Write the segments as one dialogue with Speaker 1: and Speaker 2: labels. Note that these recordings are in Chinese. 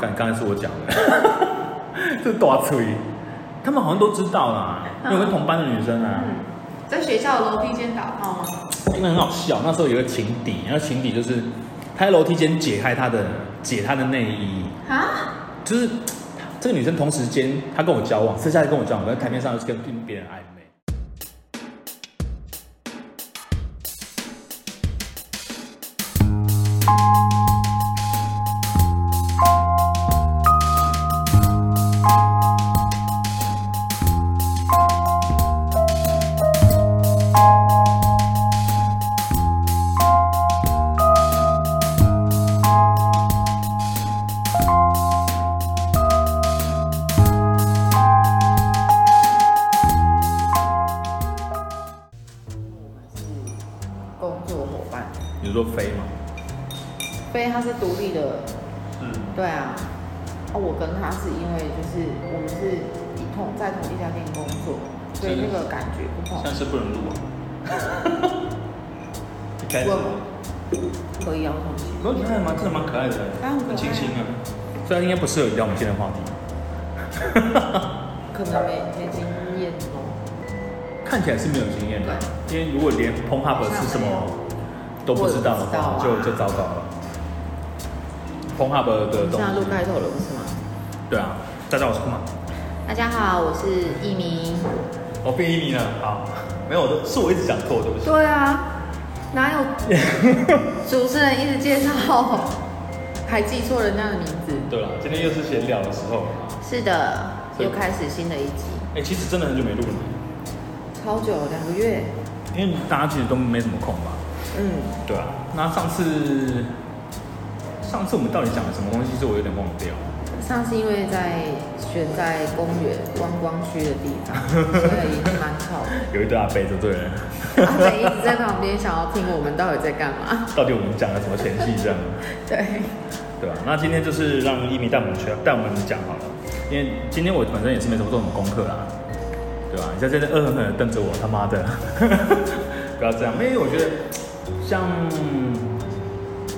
Speaker 1: 刚刚才是我讲的， 这大嘴，他们好像都知道啦。
Speaker 2: 嗯
Speaker 1: 有个同班的女生啊，
Speaker 2: 嗯，在学校楼梯间打炮吗？
Speaker 1: 因为很好笑，那时候有个情敌，然后情敌就是他在楼梯间解开她的解她的内衣，
Speaker 2: 啊？
Speaker 1: 就是这个女生同时间她跟我交往，私下跟我交往，可是台面上又是跟跟别人暧昧。
Speaker 3: 是工作伙伴，
Speaker 1: 你说飞吗？
Speaker 3: 所以他是独立的，
Speaker 1: 嗯，
Speaker 3: 对啊。哦，我跟他是因为就是我们是一同在同一家店工作，所以
Speaker 1: 是
Speaker 3: 那个感觉不同，
Speaker 1: 是不能录啊。一 开
Speaker 3: 始可以要重新。
Speaker 1: 没有你看蛮真的蛮可爱的，
Speaker 3: 他很可爱
Speaker 1: 清新啊。所以他应该不适合聊我们今天的话题，
Speaker 3: 可能没没经验哦。
Speaker 1: 看起来是没有经验的，因为如果连 p o n h u b 是什么都不知道的话，
Speaker 3: 我也
Speaker 1: 就
Speaker 3: 不知道啊
Speaker 1: 就糟糕了。p o n h u b 的
Speaker 3: 我们
Speaker 1: 东
Speaker 3: 现在录开
Speaker 1: 西，
Speaker 3: 头了，不是吗？
Speaker 1: 对啊，大家好，我是空嘛，
Speaker 3: 大家好，我是一鸣。
Speaker 1: 我哦变一米了，好，没有，我是我一直讲错，对不起。
Speaker 3: 对啊，哪有主持人一直介绍，还记错人家的名字？
Speaker 1: 对了，今天又是闲聊的时候，
Speaker 3: 是的，
Speaker 1: 对
Speaker 3: 又开始新的一集，
Speaker 1: 哎、其实真的很久没录了，
Speaker 3: 超久，两个月。
Speaker 1: 因为大家其实都没什么空吧。
Speaker 3: 嗯，
Speaker 1: 对啊，那上次上次我们到底讲了什么东西？是我有点忘掉。
Speaker 3: 上次因为在选在公园观光区的地 方，所以蛮吵的。
Speaker 1: 有一堆阿贝就对了，
Speaker 3: 阿北一直在旁边想要听我们到底在干嘛。
Speaker 1: 到底我们讲了什么前戏这样？
Speaker 3: 对，
Speaker 1: 对吧、那今天就是让一米带我们去，带我们讲好了，因为今天我本身也是没怎么做什么功课啦，对吧、你在这边恶狠狠的瞪着我，他妈的， 不要这样，因为我觉得像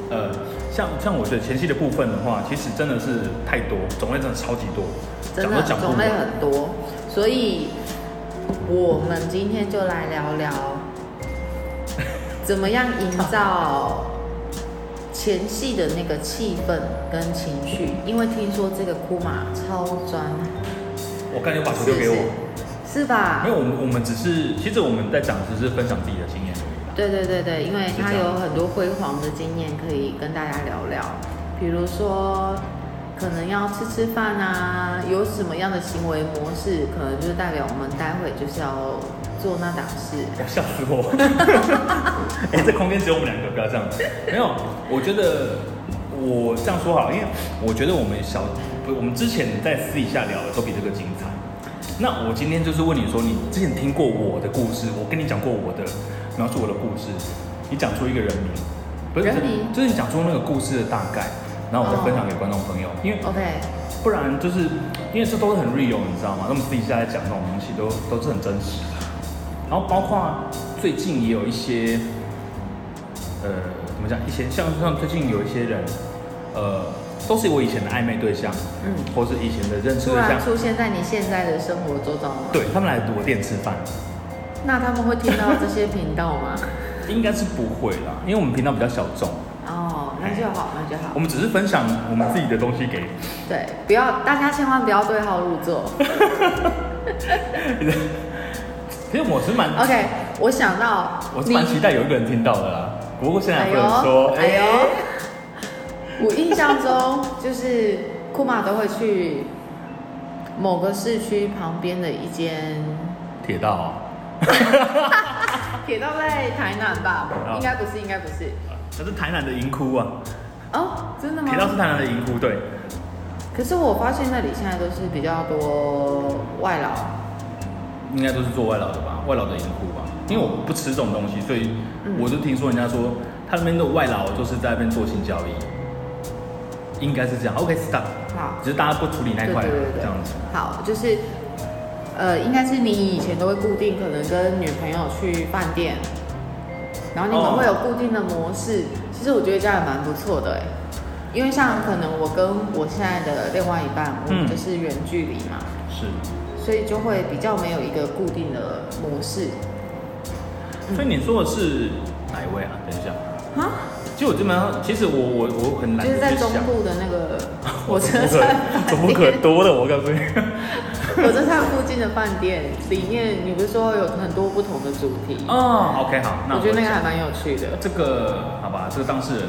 Speaker 1: 呃像像我觉得前戏的部分的话，其实真的是太多，种类真的超级多，
Speaker 3: 真
Speaker 1: 讲都
Speaker 3: 的
Speaker 1: 讲不
Speaker 3: 种类
Speaker 1: 完。
Speaker 3: 很多，所以我们今天就来聊聊怎么样营造前戏的那个气氛跟情绪，因为听说这个库玛超专，
Speaker 1: 我刚才又把球
Speaker 3: 是
Speaker 1: 丢
Speaker 3: 不
Speaker 1: 给我。
Speaker 3: 是？是吧
Speaker 1: 没？有，我们我们只是，其实我们在讲只是分享自己的经验而已啦。
Speaker 3: 对对对对，因为他
Speaker 1: 是这样
Speaker 3: 有很多辉煌的经验可以跟大家聊聊，比如说可能要吃吃饭啊，有什么样的行为模式，可能就代表我们待会就是要做那档事。
Speaker 1: 不要笑死我！ 哎、这空间只有我们两个，不要这样。没有，我觉得我这样说好了，因为我觉得我们小，不，我们之前在私底下聊的都比这个精彩。那我今天就是问你说，你之前听过我的故事，我跟你讲过我的描述我的故事，你讲出一个人名，不是
Speaker 3: 人名
Speaker 1: 就是你讲出那个故事的大概，然后我再分享给观众朋友，因为
Speaker 3: OK，
Speaker 1: 不然就是因为这都是很 real，你知道吗？他们私底下在讲这种东西都都是很真实的。然后包括最近也有一些，呃，怎么讲？一些像像最近有一些人，呃，都是我以前的暧昧对象，
Speaker 3: 嗯
Speaker 1: 或是以前的认识
Speaker 3: 突
Speaker 1: 对象
Speaker 3: 然，出现在你现在的生活周遭吗？，
Speaker 1: 对他们来我店吃饭，
Speaker 3: 那他们会听到这些频道吗？
Speaker 1: 应该是不会啦，因为我们频道比较小众，
Speaker 3: 哦，那就好，那就好
Speaker 1: 我。们只是分享我们自己的东西给
Speaker 3: 对，不要大家千万不要对号入座。
Speaker 1: 其实我是蛮
Speaker 3: OK，我想到
Speaker 1: 我是
Speaker 3: 你
Speaker 1: 蛮期待有一个人听到的啦，不过现在还不能说，
Speaker 3: 哎呦，哎
Speaker 1: 哎
Speaker 3: 呦我印象中就是库玛都会去某个市区旁边的一间，
Speaker 1: 铁道啊、
Speaker 3: 啊铁道在台南吧？
Speaker 1: 哦
Speaker 3: 应该不是，应该不是。
Speaker 1: 可是台南的银窟啊，
Speaker 3: 哦，真的吗
Speaker 1: 铁？道是台南的银窟，对，
Speaker 3: 可是我发现那里现在都是比较多外劳，
Speaker 1: 应该都是做外劳的吧，外劳的银窟吧。因为我不吃这种东西，所以
Speaker 3: 嗯
Speaker 1: 我就听说人家说他那边的外劳就是在那边做性交易，应该是这样。OK stop，
Speaker 3: 好
Speaker 1: 只是大家不处理那
Speaker 3: 对
Speaker 1: 一块
Speaker 3: 对对
Speaker 1: 啊这
Speaker 3: 对
Speaker 1: 样子。。
Speaker 3: 好，就是呃，应该是你以前都会固定，可能跟女朋友去饭店，然后你们
Speaker 1: 哦
Speaker 3: 会有固定的模式。其实我觉得这样也蛮不错的哎、因为像可能我跟我现在的另外一半，我们
Speaker 1: 嗯
Speaker 3: 就是远距离嘛，
Speaker 1: 是，
Speaker 3: 所以就会比较没有一个固定的模式。嗯
Speaker 1: 所以你说的是哪一位啊？等一下，
Speaker 3: 啊，
Speaker 1: 其实我基本上，其实我我我很
Speaker 3: 就
Speaker 1: 懒得
Speaker 3: 是在
Speaker 1: 去
Speaker 3: 中
Speaker 1: 想，
Speaker 3: 部的那个火
Speaker 1: 总
Speaker 3: 车
Speaker 1: 部可
Speaker 3: 站
Speaker 1: 总
Speaker 3: 饭
Speaker 1: 部可
Speaker 3: 店，
Speaker 1: 多了，我告诉你。
Speaker 3: 火车站附近的饭店里面，你不是说有很多不同的主题？
Speaker 1: 哦，OK，好，那
Speaker 3: 我觉得那个
Speaker 1: 讲
Speaker 3: 还蛮有趣的。
Speaker 1: 这个好吧，这个当事人，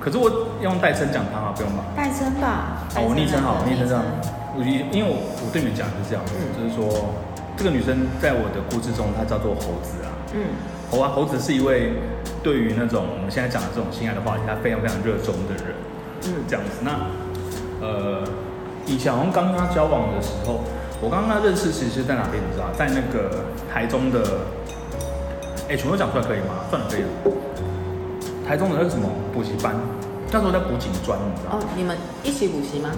Speaker 1: 可是我用代称讲他嘛，不用吧？
Speaker 3: 代称吧，啊
Speaker 1: 哦，我昵称好，我昵称这样，我因因为我我对你们讲是这样，
Speaker 3: 嗯
Speaker 1: 就是说这个女生在我的故事中，她叫做猴子啊，
Speaker 3: 嗯
Speaker 1: 猴啊，猴子是一位对于那种我们现在讲的这种性爱的话题，她非常非常热衷的人，
Speaker 3: 嗯
Speaker 1: 这样子。那呃，以前好像刚跟他交往的时候，我刚刚认识其实是在哪边，你知道吗？在那个台中的，哎、全部讲出来可以吗？算了，可以了。啊台中的那个什么补习班，那时候在补警专，你知道吗？
Speaker 3: 哦，你们一起补习吗？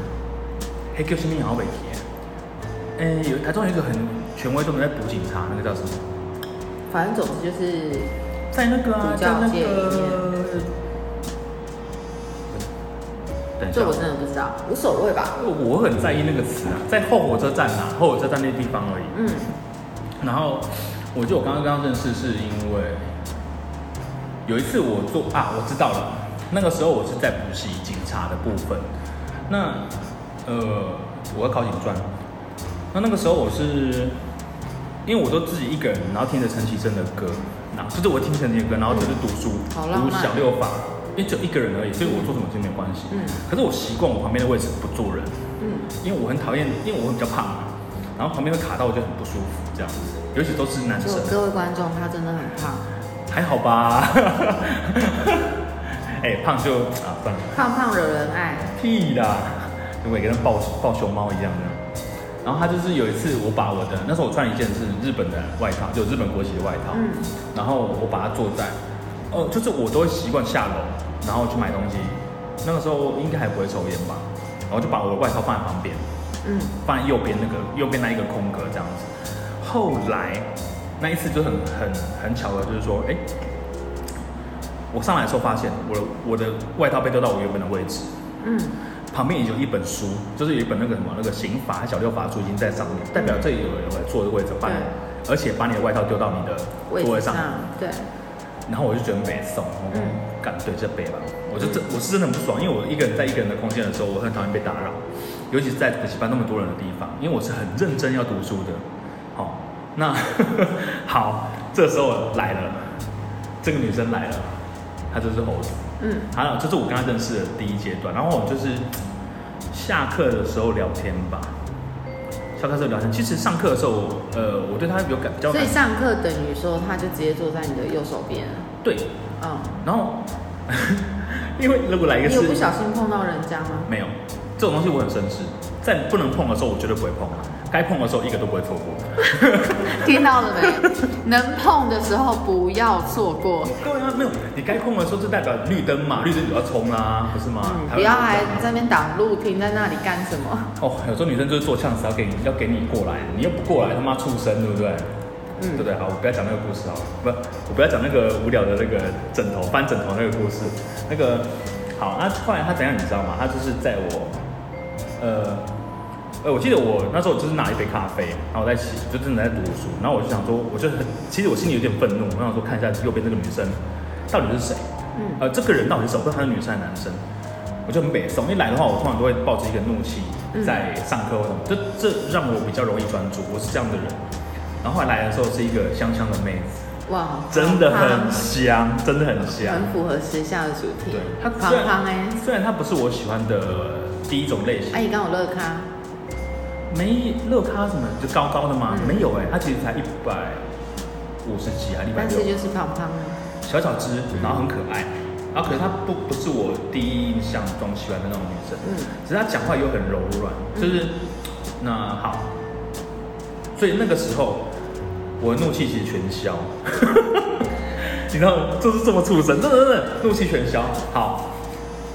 Speaker 1: 黑 Q 新兵好北提。哎、有台中有一个很权威，专门在补警察，那个叫什么？
Speaker 3: 反正总之就是
Speaker 1: 在那个、啊，
Speaker 3: 补
Speaker 1: 在
Speaker 3: 教
Speaker 1: 那
Speaker 3: 界
Speaker 1: 个
Speaker 3: 里面。
Speaker 1: 等一下啊
Speaker 3: 这我真的不知道，无所谓吧。
Speaker 1: 我很在意那个词啊，在后火车站啊，后火车站那地方而已。
Speaker 3: 嗯
Speaker 1: 然后我就我刚刚刚认识是因为有一次我做啊，我知道了，那个时候我是在补习警察的部分。那呃，我要考警专，那那个时候我是因为我都自己一个人，然后听着陈绮贞的歌，然后就是我听陈绮贞的歌，然后就是读书，
Speaker 3: 嗯好浪漫
Speaker 1: 读小六法，因为只有一个人而已，所以我做什么就没有关系。
Speaker 3: 嗯
Speaker 1: 可是我习惯我旁边的位置不坐人，
Speaker 3: 嗯，
Speaker 1: 因为我很讨厌，因为我很比较胖嘛，然后旁边会卡到，我就很不舒服这样子，尤其都是男
Speaker 3: 就
Speaker 1: 生，
Speaker 3: 各位观众，他真的很胖，
Speaker 1: 还好吧？ 哎、胖就啊算了，
Speaker 3: 胖胖惹人爱。
Speaker 1: 屁啦，就每个人抱抱熊猫一样这样。然后他就是有一次，我把我的那时候我穿一件是日本的外套，就日本国旗的外套，
Speaker 3: 嗯
Speaker 1: 然后我把它坐在，哦、就是我都会习惯下楼，然后去买东西。那个时候应该还不会抽烟吧，然后就把我的外套放在旁边，
Speaker 3: 嗯
Speaker 1: 放在右边那个右边那一个空格这样子。后来那一次就很很很巧的，就是说，哎、我上来的时候发现我的我的外套被丢到我原本的位置，
Speaker 3: 嗯
Speaker 1: 旁边已经有一本书，就是有一本那个什么那个刑法小六法书已经在上面，代表这里有人来坐的位置，把你而且把你的外套丢到你的
Speaker 3: 位
Speaker 1: 座位
Speaker 3: 置
Speaker 1: 上
Speaker 3: 上，对，
Speaker 1: 然后我就觉得没送，我
Speaker 3: 嗯
Speaker 1: 说干对这杯吧，我就真我是真的很不爽，因为我一个人在一个人的空间的时候，我很讨厌被打扰，尤其是在补习班那么多人的地方，因为我是很认真要读书的。好、那 好，这时候来了，这个女生来了，她就是猴子。
Speaker 3: 嗯
Speaker 1: 还有，这是我跟他认识的第一阶段。然后我们就是下课的时候聊天吧，下课的时候聊天。其实上课的时候，呃，我对他有感比
Speaker 3: 所
Speaker 1: 较感
Speaker 3: 以上课等于说他就直接坐在你的右手边，
Speaker 1: 对。
Speaker 3: 嗯，
Speaker 1: 然后 因为如果来一个
Speaker 3: 你
Speaker 1: 是
Speaker 3: 有不小心碰到人家 吗？
Speaker 1: 没有这种东西，我很绅士，在不能碰的时候，我绝对不会碰。啊该碰的时候，一个都不会错过。
Speaker 3: 听到了没？能碰的时候不要错过，
Speaker 1: 对啊，没有你该碰的时候，就代表绿灯嘛，绿灯就要冲啦、不是吗？
Speaker 3: 嗯，
Speaker 1: 台湾
Speaker 3: 不要还
Speaker 1: 就是这样啊
Speaker 3: 在那边挡路，停在那里干什么？
Speaker 1: 哦，有时候女生就是做呛死，要给你要给你过来，你又不过来，他妈畜生，对不对？
Speaker 3: 嗯
Speaker 1: 对不对？好，我不要讲那个故事好了，不，我不要讲那个无聊的那个枕头翻枕头那个故事。那个好，那后来他怎样你知道吗？他就是在我，呃，呃，我记得我那时候就是拿一杯咖啡，然后我在洗，就真的在读书，然后我就想说，我就很，其实我心里有点愤怒，我想说看一下右边这个女生到底是谁，
Speaker 3: 嗯
Speaker 1: 呃，这个人到底是谁？我不知道他是女生还是男生，我就很北宋。一来的话，我通常都会抱着一个怒气
Speaker 3: 嗯
Speaker 1: 在上课或什么，这这让我比较容易专注，我是这样的人。然后后来来的时候是一个香香的妹子，
Speaker 3: 哇，
Speaker 1: 真的
Speaker 3: 胖
Speaker 1: 很香，真的很
Speaker 3: 很
Speaker 1: 香。
Speaker 3: 符合时下的主题
Speaker 1: 对，，她
Speaker 3: 胖
Speaker 1: 虽然
Speaker 3: 胖哎，
Speaker 1: 虽然她不是我喜欢的第一种类型，
Speaker 3: 阿姨刚有乐咖，
Speaker 1: 没乐咖什么就高高的嘛，
Speaker 3: 嗯
Speaker 1: 没有哎、她其实才一百五十几还一百
Speaker 3: 但
Speaker 1: 六
Speaker 3: 是，就是胖胖啊，
Speaker 1: 小小只，然后很可爱，然后可是她不不是我第一印象中喜欢的那种女生。
Speaker 3: 嗯
Speaker 1: 只是他讲话又很柔软，就是、那好，所以那个时候我的怒气其实全消， 你知道就是这么畜生，真的真的怒气全消。好，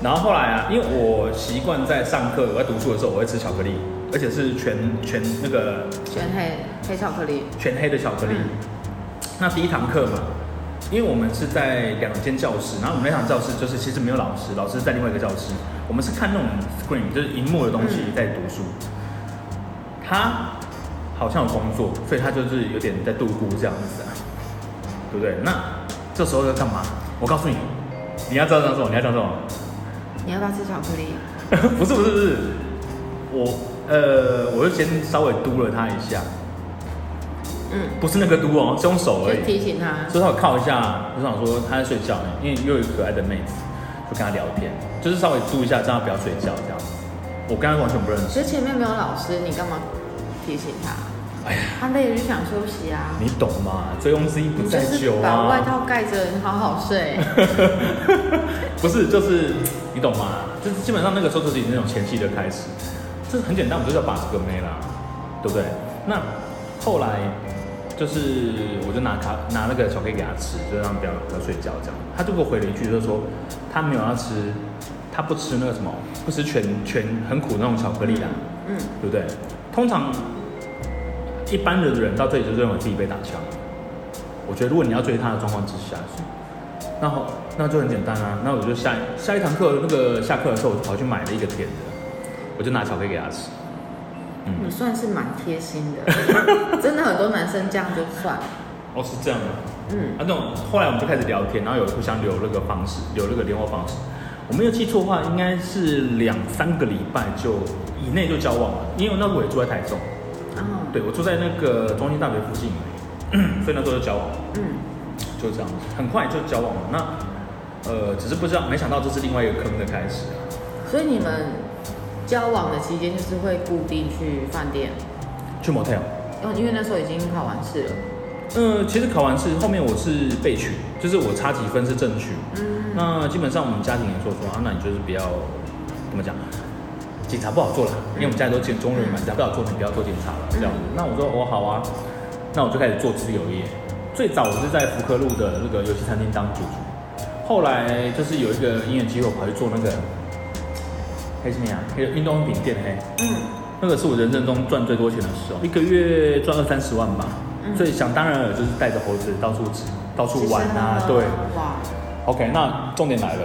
Speaker 1: 然后后来啊，因为我习惯在上课我在读书的时候，我会吃巧克力，而且是全全那个
Speaker 3: 全黑黑巧克力，
Speaker 1: 全黑的巧克力。
Speaker 3: 嗯
Speaker 1: 那第一堂课嘛，因为我们是在两间教室，然后我们那堂教室就是其实没有老师，老师在另外一个教室，我们是看那种 screen，就是荧幕的东西
Speaker 3: 嗯
Speaker 1: 在读书。他好像有工作，所以他就是有点在度孤这样子啊，对不对？那这时候要干嘛？我告诉你，你要知道这样做，你 要这样做，
Speaker 3: 你要不要吃巧克力？
Speaker 1: 不是不是不是，我呃，我就先稍微嘟了他一下，
Speaker 3: 嗯，
Speaker 1: 不是那个嘟哦，是用手而
Speaker 3: 就
Speaker 1: 已。
Speaker 3: 提醒他。
Speaker 1: 所以稍微靠一下，就想说她在睡觉呢，因为又有一个可爱的妹子，就跟她聊天，就是稍微注意一下，叫她不要睡觉这样子。我跟她完全不认识，
Speaker 3: 其实前面没有老师，你干嘛提醒他？
Speaker 1: 哎呀，
Speaker 3: 他累了就想休息啊。
Speaker 1: 你懂吗？醉翁之意不
Speaker 3: 你
Speaker 1: 在
Speaker 3: 就是
Speaker 1: 酒
Speaker 3: 把外
Speaker 1: 啊，
Speaker 3: 套盖着，你好好 睡。
Speaker 1: 不是，就是你懂吗？就是基本上那个时候就是已经那种前戏的开始，就是很简单，我们就是要把这个妹啦，对不对？那后来就是我就拿卡拿那个巧克力给她吃，就让她不要不要睡觉这样。她就给我回了一句，就是说她没有要吃，她不吃那个什么，不吃全全很苦那种巧克力啦，
Speaker 3: 嗯，
Speaker 1: 对不对？通常一般的人到这里就认为自己被打枪。我觉得如果你要追她的状况之下，那好，那就很简单啊。那我就下一下一堂课那个下课的时候，我就跑去买了一个甜的，我就拿巧克力给她吃。
Speaker 3: 你
Speaker 1: 嗯，
Speaker 3: 算是蛮贴心 的，真的很多男生这样就算。
Speaker 1: 哦，是这样的。
Speaker 3: 嗯，
Speaker 1: 啊，那种后来我们就开始聊天，然后有互相留那个方式，留那个联络方式。我没有记错的话，应该是两三个礼拜就以内就交往了，因为那时候我也住在台中，
Speaker 3: 哦，
Speaker 1: 对我住在那个中心大学附近而已， 所以那时候就交往了，
Speaker 3: 嗯，
Speaker 1: 就这样，很快就交往了。那呃，只是不知道，没想到这是另外一个坑的开始啊。
Speaker 3: 所以你们交往的期间就是会固定去饭店，
Speaker 1: 去 motel，
Speaker 3: 哦，因为那时候已经考完试了。
Speaker 1: 呃，其实考完试后面我是被取，就是我差几分是正取，
Speaker 3: 嗯，
Speaker 1: 那基本上我们家庭也说说啊，那你就是不要怎么讲，警察不好做了，因为我们家里都警中人嘛，警察不好做，你不要做警察了这样子。那我说哦好啊，那我就开始做自由业。最早我是在福科路的那个游戏餐厅当主厨，后来就是有一个音乐机会，我跑去做那个黑什么呀，黑运动用品店黑。
Speaker 3: 嗯，
Speaker 1: 那个是我人生中赚最多钱的时候，一个月赚二三十万吧。
Speaker 3: 嗯
Speaker 1: 所以想当然了，就是带着猴子到处吃、到处玩啊，
Speaker 3: 其实
Speaker 1: 对。
Speaker 3: 哇，
Speaker 1: OK，那重点来了，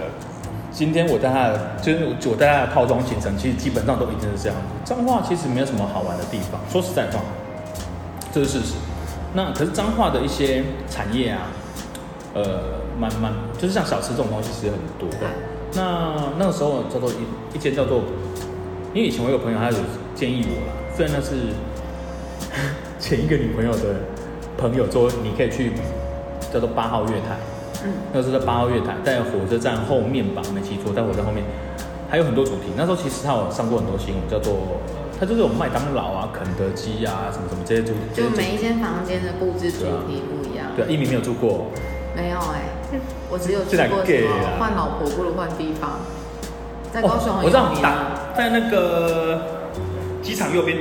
Speaker 1: 今天我带他的，就是我带他的套装行程，其实基本上都一定是这样子。彰化其实没有什么好玩的地方，说实在话，这是事实。那可是彰化的一些产业啊，呃，蛮蛮，就是像小吃这种东西，其实很多。
Speaker 3: 嗯
Speaker 1: 那那个时候叫做一一间叫做，因为以前我有个朋友，他有建议我啦，虽然那是 前一个女朋友的朋友说，你可以去叫做八号月台。
Speaker 3: 嗯
Speaker 1: 那时候在八号月台，在火车站后面吧，没记错，在火车站后面，还有很多主题。那时候其实他有上过很多新闻，叫做他就是有麦当劳啊、肯德基啊什么什么这些主这些
Speaker 3: 就
Speaker 1: 主
Speaker 3: 每一间房间的布置主题不一样。
Speaker 1: 对，啊一鸣没有住过，哦
Speaker 3: 没有哎、我只有去
Speaker 1: 这俩
Speaker 3: 过
Speaker 1: gay
Speaker 3: 什么
Speaker 1: 啊
Speaker 3: 换老婆不如换地方，在高雄、
Speaker 1: 哦我知道，
Speaker 3: 啊
Speaker 1: 打在那个机场右边，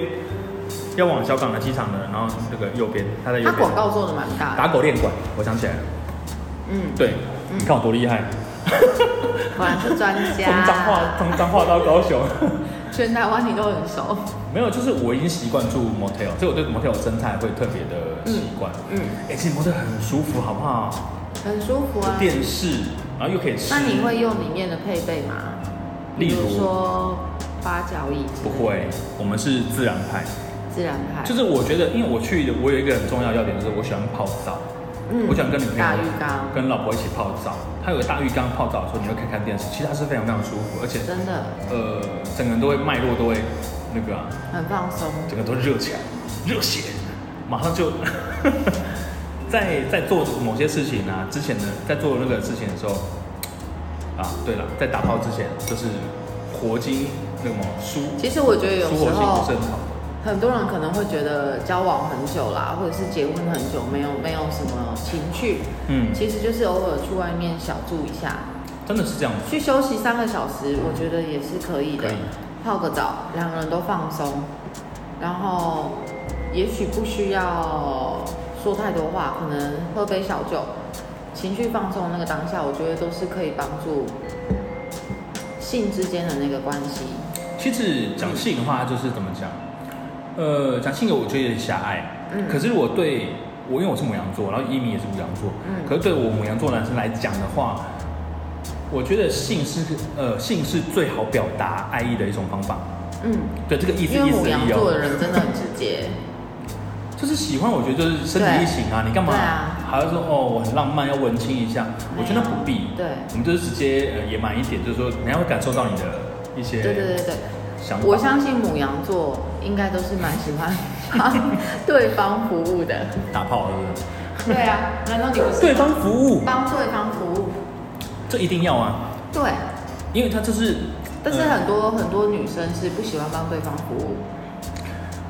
Speaker 1: 要往小港的机场的，然后那个右边，他在右
Speaker 3: 他
Speaker 1: 边
Speaker 3: 广告做的蛮大的，
Speaker 1: 打狗练馆，我想起来了，
Speaker 3: 嗯，
Speaker 1: 对，
Speaker 3: 嗯
Speaker 1: 你看我多厉害，
Speaker 3: 果然是专
Speaker 1: 从彰化
Speaker 3: 家，
Speaker 1: 从彰化到高雄。
Speaker 3: 全台湾你都很熟，
Speaker 1: 没有，就是我已经习惯住 motel，所以我对 motel 生态会特别的习惯。
Speaker 3: 嗯，
Speaker 1: 哎、其实 motel 很舒服，好不好？
Speaker 3: 很舒服啊
Speaker 1: 有。电视，然后又可以吃。
Speaker 3: 那你会用里面的配备吗？
Speaker 1: 例如
Speaker 3: 比说八角椅之类的，
Speaker 1: 不会，我们是自然派。
Speaker 3: 自然派，
Speaker 1: 就是我觉得，因为我去的，我有一个很重要的要点，就是我喜欢泡澡。
Speaker 3: 嗯
Speaker 1: 我喜欢跟女朋友
Speaker 3: 大浴缸，
Speaker 1: 跟老婆一起泡澡。它有个大浴缸，泡澡的时候你会看看电视，其实它是非常非常舒服，而且
Speaker 3: 真的
Speaker 1: 呃，整个人都会脉络都会那个、啊，
Speaker 3: 很放松。
Speaker 1: 整个都热起来，热血，马上就 在在做某些事情啊，之前的在做那个事情的时候，啊，对了，在打炮之前就是活精那个什么舒，
Speaker 3: 其实我觉得有
Speaker 1: 舒
Speaker 3: 时
Speaker 1: 活性
Speaker 3: 候
Speaker 1: 不是很好。
Speaker 3: 很多人可能会觉得交往很久啦，或者是结婚很久，没有没有什么情趣，
Speaker 1: 嗯，
Speaker 3: 其实就是偶尔去外面小住一下，
Speaker 1: 真的是这样子。
Speaker 3: 去休息三个小时，我觉得也是可以的。
Speaker 1: 可以
Speaker 3: 泡个澡，两个人都放松，然后也许不需要说太多话，可能喝杯小酒，情绪放松那个当下，我觉得都是可以帮助性之间的那个关系。
Speaker 1: 其实讲性的话，就是怎么讲，呃，讲性格我觉得有点狭隘。
Speaker 3: 嗯
Speaker 1: 可是我对我，因为我是母羊座，然后一米也是母羊座，
Speaker 3: 嗯
Speaker 1: 可是对我母羊座男生来讲的话，我觉得性是呃性是最好表达爱意的一种方法。
Speaker 3: 嗯，
Speaker 1: 对，这个意思
Speaker 3: 因为
Speaker 1: 意
Speaker 3: 母
Speaker 1: 思
Speaker 3: 羊
Speaker 1: 意
Speaker 3: 座的
Speaker 1: 哦，
Speaker 3: 人真的很直接，
Speaker 1: 就是喜欢，我觉得就是身体力行啊，你干嘛
Speaker 3: 对啊
Speaker 1: 还要说哦我很浪漫要文青一下？我觉得不必，
Speaker 3: 对。
Speaker 1: 我们就是直接呃野蛮一点，就是说人家会感受到你的一些
Speaker 3: 对对对对，
Speaker 1: 想法。
Speaker 3: 我相信母羊座应该都是蛮喜欢 帮对方服务的。
Speaker 1: 打炮了 是
Speaker 2: 对啊，难道你不
Speaker 1: 不
Speaker 2: 是
Speaker 1: 是对方服务，
Speaker 2: 帮对方服务？
Speaker 1: 这一定要啊，
Speaker 3: 对，
Speaker 1: 因为他这是，
Speaker 3: 但是
Speaker 1: 呃
Speaker 3: 很多、很多女生是不喜欢帮对方服务。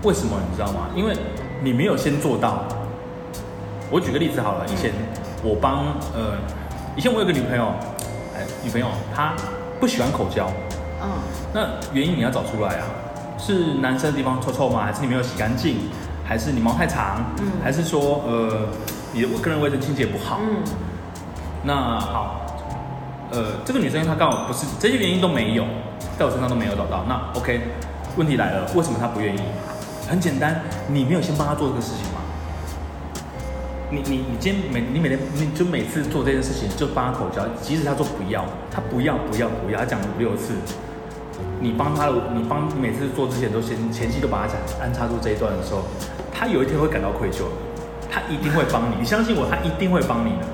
Speaker 1: 为什么你知道吗？因为你没有先做到。我举个例子好了，以前我帮呃，以前我有个女朋友，哎，女朋友她不喜欢口交，
Speaker 3: 嗯，
Speaker 1: 那原因你要找出来啊，是男生的地方臭臭吗？还是你没有洗干净？还是你毛太长？
Speaker 3: 嗯
Speaker 1: 还是说呃，你的个人卫生清洁不好？
Speaker 3: 嗯，
Speaker 1: 那好，呃，这个女生她刚好不是这些原因都没有，在我身上都没有找到。那 OK，问题来了，为什么她不愿意？很简单，你没有先帮她做这个事情吗？你你你今天每你每天你就每次做这件事情就帮她口交，即使她说不要，她不要不要不要，她讲了五六次，你帮她的你帮你每次做之前都先前期都把她讲安插住这一段的时候，她有一天会感到愧疚的，她一定会帮你，你相信我，她一定会帮你的。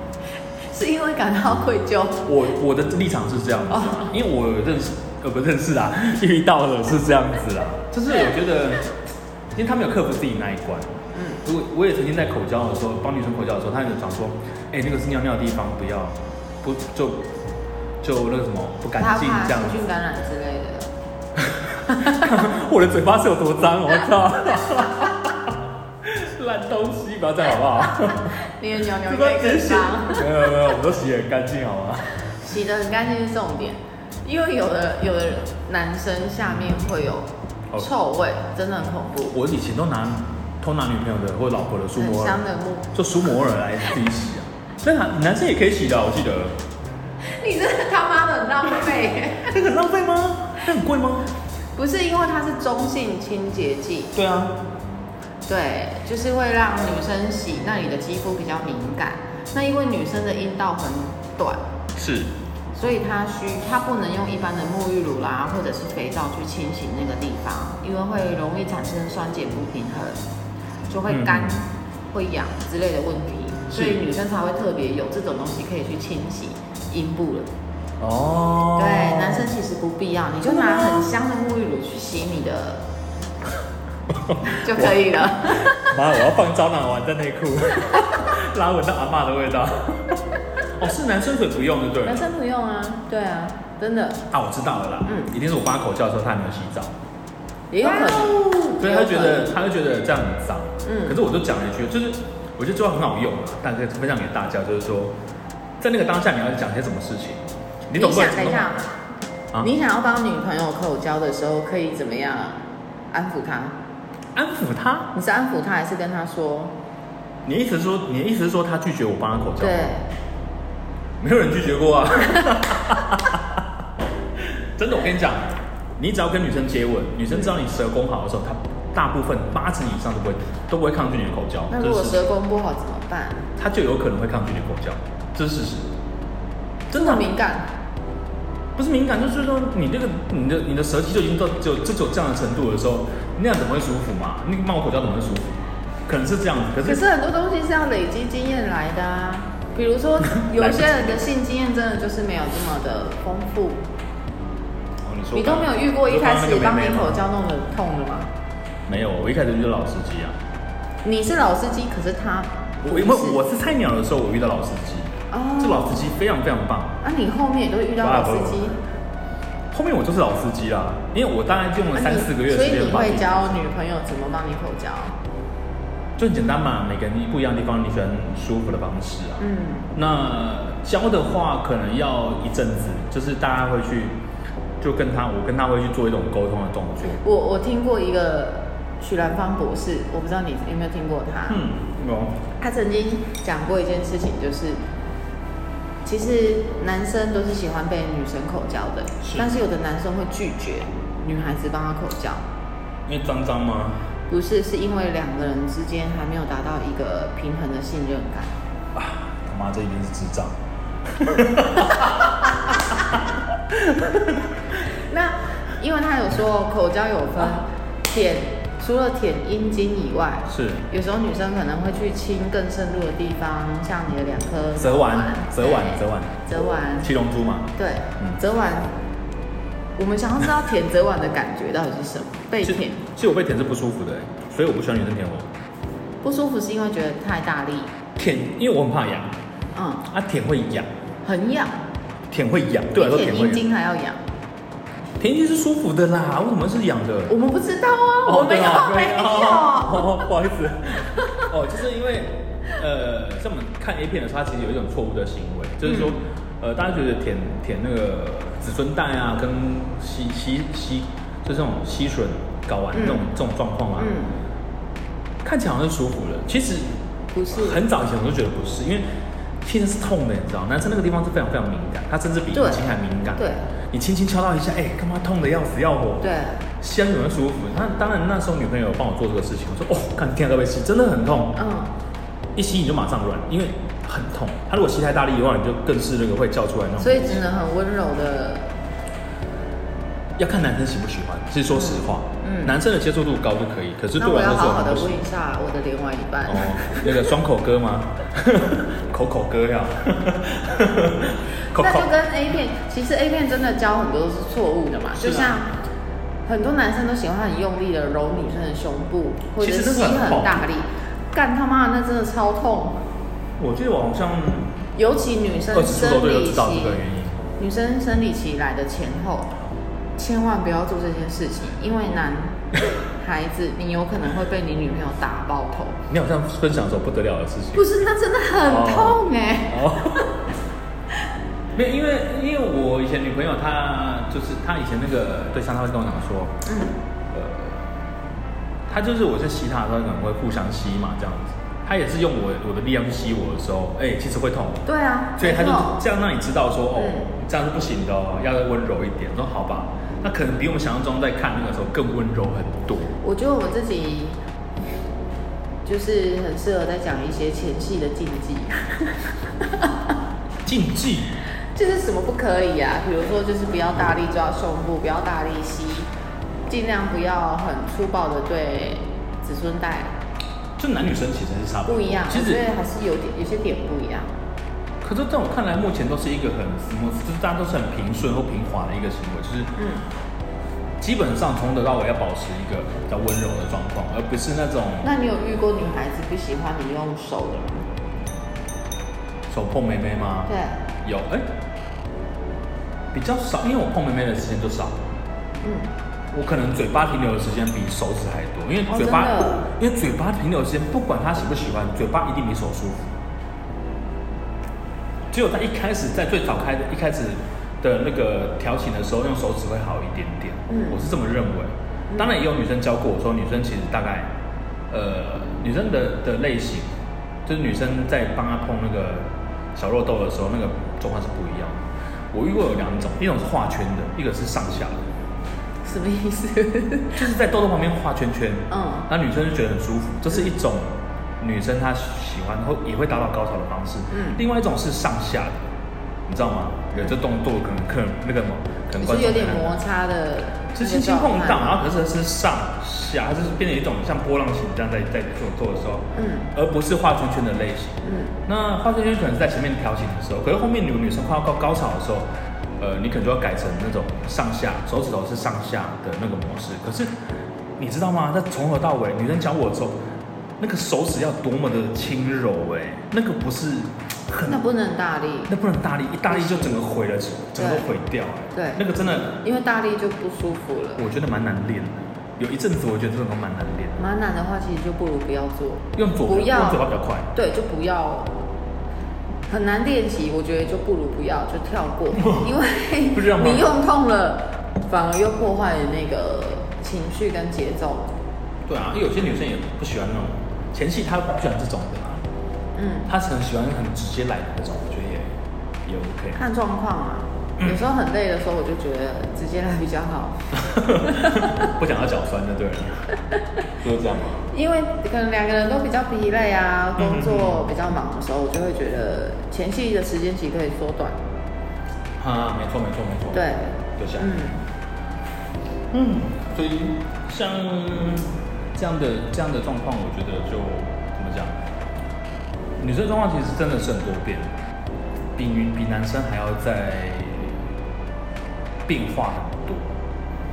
Speaker 3: 是因为感到愧疚。
Speaker 1: 我我的立场是这样子啊，
Speaker 3: 哦
Speaker 1: 因为我认识呃不认识啦，遇到了是这样子啦，就是我觉得，因为他没有克服自己那一关。
Speaker 3: 嗯，
Speaker 1: 我我也曾经在口交的时候，帮女生口交的时候，她就讲说，哎、那个是尿尿的地方，不要，不就就那个什么不干
Speaker 3: 他
Speaker 1: 净
Speaker 3: 怕
Speaker 1: 这样
Speaker 3: 细
Speaker 1: 子。
Speaker 3: 菌感染之 类的。
Speaker 1: 我的嘴巴是有多脏，我 操！烂东西，不要这样好不好？
Speaker 3: 你的尿尿应
Speaker 1: 嘴巴
Speaker 3: 该
Speaker 1: 直接
Speaker 3: 更
Speaker 1: 洗
Speaker 3: 脏。
Speaker 1: 没有没有，我们都洗得很干净好吗？
Speaker 3: 洗得很干净是重点，因为有的有的男生下面会有
Speaker 1: 哦
Speaker 3: 臭味，真的很恐怖，
Speaker 1: 我以前都拿偷拿女朋友的或者老婆的舒
Speaker 3: 很
Speaker 1: 摩尔
Speaker 3: 香，的木。
Speaker 1: 就舒摩尔来自己洗啊。那男男生也可以洗的啊，我记得。
Speaker 2: 你这他妈的很浪费耶！
Speaker 1: 那个很浪费吗？那很贵吗？
Speaker 3: 不是因为它是中性清洁剂，
Speaker 1: 对啊，
Speaker 3: 对，就是会让女生洗那里的肌肤比较敏感。那因为女生的阴道很短，
Speaker 1: 是
Speaker 3: 所以它需它不能用一般的沐浴乳啦，或者是肥皂去清洗那个地方，因为会容易产生酸碱不平衡，就会干、
Speaker 1: 嗯
Speaker 3: 会痒之类的问题，
Speaker 1: 是
Speaker 3: 所以女生才会特别有这种东西可以去清洗阴部了。
Speaker 1: 哦。
Speaker 3: 对，男生其实不必要，你就拿很香的沐浴乳去洗你的就可以 了。
Speaker 1: 妈，我要放蟑螂丸在内裤， 拉闻到阿嬷的味 道。哦，是男生所以不用就对
Speaker 3: 男
Speaker 1: 了。
Speaker 3: 生不用啊，对啊，真的
Speaker 1: 啊，我知道了啦，
Speaker 3: 嗯
Speaker 1: 一定是我帮他口交的时候，他还没有洗澡，
Speaker 3: 也有可能。
Speaker 1: 哦所以他就觉得他就觉得这样很脏。
Speaker 3: 嗯
Speaker 1: 可是我就讲了一句，就是我觉得这话很好用啊，大概分享给大家，就是说，在那个当下你要讲些什么事情，你总不能
Speaker 3: 想等一下，
Speaker 1: 啊
Speaker 3: 你想要帮女朋友口交的时候，可以怎么样安抚她？
Speaker 1: 安抚他。
Speaker 3: 你是安抚她，还是跟她说？
Speaker 1: 你的意思是说，你的意思是说他拒绝我帮他口交？
Speaker 3: 对，
Speaker 1: 没有人拒绝 过啊。真的，我跟你讲，你只要跟女生接吻，女生知道你舌功好的时候，她大部分八成以上都不会都不会抗拒你的口交，
Speaker 3: 那
Speaker 1: 这
Speaker 3: 如果
Speaker 1: 是事实
Speaker 3: 舌。功不好怎么办？
Speaker 1: 她就有可能会抗拒你的口交，这是事实。真的
Speaker 3: 这
Speaker 1: 啊
Speaker 3: 么敏感，
Speaker 1: 不是敏感，就是说你这个你的你的舌肌就已经到只有这种这样的程度的时候，那样怎么会舒服嘛？那个冒口交怎么会舒服？可能是这样子，可
Speaker 3: 可
Speaker 1: 是
Speaker 3: 是很多东西是要累积经验来的啊。比如 说，有些人的性经验真的就是没有这么的丰 富，
Speaker 1: 哦你说
Speaker 3: 你都没有遇过一
Speaker 1: 我刚
Speaker 3: 开
Speaker 1: 刚那
Speaker 3: 始
Speaker 1: 个
Speaker 3: 帮
Speaker 1: 妹
Speaker 3: 你
Speaker 1: 妹吗
Speaker 3: 口交弄得痛的 吗？
Speaker 1: 没有，我一开始就是老司机啊。
Speaker 3: 你是老司机，可是他
Speaker 1: 我因为我是菜鸟的时候，我遇到老司机，
Speaker 3: 哦，
Speaker 1: 这老司机非常非常棒。
Speaker 3: 啊，你后面也都遇到老司机，
Speaker 1: 后面我就是老司机啦，因为我大概用
Speaker 3: 啊
Speaker 1: 了
Speaker 3: 你
Speaker 1: 三四个月的
Speaker 3: 所以
Speaker 1: 时
Speaker 3: 你
Speaker 1: 间把
Speaker 3: 会
Speaker 1: 自己，
Speaker 3: 教女朋友怎么帮你口交？
Speaker 1: 就很简单嘛，每个人不一样的地方，你喜欢舒服的方式啊。
Speaker 3: 嗯，
Speaker 1: 那教的话，可能要一阵子，就是大家会去，就跟他，我跟他会去做一种沟通的动作。
Speaker 3: 我我听过一个许兰芳博士，我不知道你有没有听过他，
Speaker 1: 嗯，有，
Speaker 3: 他曾经讲过一件事情，就是其实男生都是喜欢被女生口交的，
Speaker 1: 是
Speaker 3: 但是有的男生会拒绝女孩子帮他口交，
Speaker 1: 因为脏脏吗？
Speaker 3: 不是是因为两个人之间还没有达到一个平衡的信任感。
Speaker 1: 啊，他妈这一定是智障。
Speaker 3: 那因为他有说口交有分舔，除了舔阴茎以外，
Speaker 1: 是
Speaker 3: 有时候女生可能会去亲更深入的地方，像你的两颗
Speaker 1: 蛇丸
Speaker 3: 对
Speaker 1: 蛇丸蛇丸
Speaker 3: 折丸，
Speaker 1: 七龙珠嘛？
Speaker 3: 对
Speaker 1: 嗯，
Speaker 3: 折丸。我们想要知道舔折丸的感觉到底是 什么？被
Speaker 1: 其实
Speaker 3: 舔
Speaker 1: 其实我被舔是不舒服的欸，所以我不喜欢女生舔我。
Speaker 3: 不舒服是因为觉得太大力，
Speaker 1: 舔，因为我很怕痒，
Speaker 3: 嗯，
Speaker 1: 啊，舔会痒，
Speaker 3: 很痒，
Speaker 1: 舔会痒，对我来说
Speaker 3: 比
Speaker 1: 舔
Speaker 3: 舔
Speaker 1: 会
Speaker 3: 阴
Speaker 1: 痒。
Speaker 3: 茎还要痒。
Speaker 1: 舔阴茎是舒服的啦，为什么是痒的？
Speaker 3: 我们不知道啊，我
Speaker 1: 哦，
Speaker 3: 们
Speaker 1: 对
Speaker 3: 又
Speaker 1: 啊
Speaker 3: 没有。
Speaker 1: 对哦，哦不好意思，哦，就是因为呃，像我们看 A 片的时候，它其实有一种错误的行为，就是说，
Speaker 3: 嗯
Speaker 1: 呃，大家觉得舔舔那个子孙蛋啊，跟吸吸吸，就是那种吸吮睾丸
Speaker 3: 嗯
Speaker 1: 那种、这种状况啊，
Speaker 3: 嗯，
Speaker 1: 看起来好像是舒服的，其实
Speaker 3: 不是
Speaker 1: 很早以前我就觉得不是，因为其实是痛的，你知道，男生那个地方是非常非常敏感，他甚至比
Speaker 3: 对
Speaker 1: 女性还敏感。
Speaker 3: 对，
Speaker 1: 你轻轻敲到一下，哎、干嘛痛的要死要活？
Speaker 3: 对，
Speaker 1: 吸很舒服。那当然，那时候女朋友有帮我做这个事情，我说哦，看天啊，都被吸，真的很痛，
Speaker 3: 嗯，
Speaker 1: 一吸你就马上软，因为很痛。他如果吸太大力的话，你就更是那个会叫出来那种。
Speaker 3: 所以只能很温柔的，
Speaker 1: 要看男生喜不喜欢，其实说实话，
Speaker 3: 嗯嗯
Speaker 1: 男生的接受度高就可以，可是对
Speaker 3: 那
Speaker 1: 啊我
Speaker 3: 我
Speaker 1: 来说
Speaker 3: 要
Speaker 1: 是
Speaker 3: 好好
Speaker 1: 很
Speaker 3: 的
Speaker 1: 不
Speaker 3: 问
Speaker 1: 行
Speaker 3: 一下我的另外一半。
Speaker 1: 哦，那个双口歌吗？ 口口歌呀，口
Speaker 3: 那
Speaker 1: 口
Speaker 3: 就跟 A 片，其实 A 片真的教很多都是错误的嘛，
Speaker 1: 是啊
Speaker 3: 就像很多男生都喜欢很用力的揉女生的胸部，或者
Speaker 1: 其实
Speaker 3: 吸
Speaker 1: 那个很痛
Speaker 3: 很大力，干他妈的那真的超痛，
Speaker 1: 我记得我好像
Speaker 3: 尤其女生
Speaker 1: 二十出头
Speaker 3: 生
Speaker 1: 岁就
Speaker 3: 理
Speaker 1: 知道这
Speaker 3: 期
Speaker 1: 个，原因。
Speaker 3: 女生生理期来的前后，千万不要做这件事情，因为男孩子你有可能会被你女朋友打爆头，
Speaker 1: 你好像分享的时候不得了的事 情。
Speaker 3: 不是，那真的很痛哎、
Speaker 1: 哦，没有，因为因为我以前女朋友她就是她以前那个对象，她会跟我讲说，
Speaker 3: 嗯，
Speaker 1: 呃，她就是我在吸她的时候，可能会互相吸嘛，这样子。她也是用我我的力量去吸我的时候，哎、其实会痛。
Speaker 3: 对啊，
Speaker 1: 所以他就
Speaker 3: 没错
Speaker 1: 这样让你知道说，哦
Speaker 3: 嗯，
Speaker 1: 这样是不行的哦，要温柔一点。说好吧，那可能比我们想象中在看那个时候更温柔很多。
Speaker 3: 我觉得我自己就是很适合在讲一些前戏的禁 忌，
Speaker 1: 禁忌
Speaker 3: 就是什么不可以啊，比如说就是不要大力抓胸部，不要大力吸，尽量不要很粗暴的对子孙带，
Speaker 1: 就男女生其实是差不多，
Speaker 3: 不一样，
Speaker 1: 其
Speaker 3: 我觉
Speaker 1: 实
Speaker 3: 得还是有点有些点不一样。
Speaker 1: 可是在我看来，目前都是一个很什么，就是大家都是很平顺或平滑的一个行为，就是
Speaker 3: 嗯，
Speaker 1: 基本上从头到尾要保持一个比较温柔的状况，而不是那种
Speaker 3: 那你有遇过女孩子不喜欢你用手的吗？
Speaker 1: 手碰妹妹吗？
Speaker 3: 对，
Speaker 1: 有哎、比较少，因为我碰妹妹的时间就少。
Speaker 3: 嗯，
Speaker 1: 我可能嘴巴停留的时间比手指还多，因为
Speaker 3: 哦
Speaker 1: 嘴巴，
Speaker 3: 真的
Speaker 1: 因为嘴巴停留的时间，不管他喜不喜欢，嘴巴一定比手舒服。只有在一开始，在最早开的一开始的那个调情的时候，用手指会好一点点，
Speaker 3: 嗯
Speaker 1: 我是这么认为。
Speaker 3: 嗯
Speaker 1: 当然也有女生教过我说，女生其实大概，呃，女生的的类型，就是女生在帮她碰那个小肉豆的时候，那个状况是不一样的。我遇过有两种，一种是画圈的，一个是上下的。
Speaker 3: 什么意思？
Speaker 1: 就是在痘痘旁边画圈圈，
Speaker 3: 嗯
Speaker 1: 那女生就觉得很舒服，这是一种女生她喜欢后也会达到高潮的方式。
Speaker 3: 嗯
Speaker 1: 另外一种是上下的，你知道吗？有这动作可能可能那个什么，可能
Speaker 3: 就
Speaker 1: 观
Speaker 3: 是
Speaker 1: 众
Speaker 3: 有点
Speaker 1: 很难
Speaker 3: 摩擦的那个状态，
Speaker 1: 是轻轻碰到，然后可是它是上下，它就是变成一种像波浪形这样在在做做的时候，
Speaker 3: 嗯
Speaker 1: 而不是画圈圈的类型。
Speaker 3: 嗯
Speaker 1: 那画圈圈可能是在前面调情的时候，可是后面女女生快要高高潮的时候，呃，你可能就要改成那种上下手指头是上下的那个模式。可是你知道吗？在从头到尾，女生教我的时候，那个手指要多么的轻柔哎、那个不是很
Speaker 3: 那不能大力，
Speaker 1: 那不能大力，一大力就整个毁了，整个都毁掉哎、
Speaker 3: 对
Speaker 1: 那个真的
Speaker 3: 因为大力就不舒服了。
Speaker 1: 我觉得蛮难练的。有一阵子我觉得这种都蛮难练的，
Speaker 3: 蛮难的话，其实就不如不要做。
Speaker 1: 用左
Speaker 3: 不要
Speaker 1: 用嘴巴比较快。
Speaker 3: 对，就不要，很难练习。我觉得就不如不要，就跳过，因
Speaker 1: 不知道吗
Speaker 3: 为你用痛了，反而又破坏了那个情绪跟节奏。
Speaker 1: 对啊，因为有些女生也不喜欢那种前戏，她不喜欢这种的啦，
Speaker 3: 嗯，
Speaker 1: 她可能喜欢很直接来的那种，我觉得也也 OK。
Speaker 3: 看状况啊。
Speaker 1: 嗯
Speaker 3: 有时候很累的时候，我就觉得直接来比较好，
Speaker 1: 不讲到脚酸就对了，就是这样吗？
Speaker 3: 因为可能两个人都比较疲累啊，
Speaker 1: 嗯
Speaker 3: 工作比较忙的时候，我就会觉得前戏的时间其实可以缩短。
Speaker 1: 啊，没错没错没错，，
Speaker 3: 对，
Speaker 1: 留下来。
Speaker 3: 嗯，
Speaker 1: 嗯，所以像这样的这样的状况，我觉得就怎么讲，女生状况其实真的是很多变，比女比男生还要在变化很多。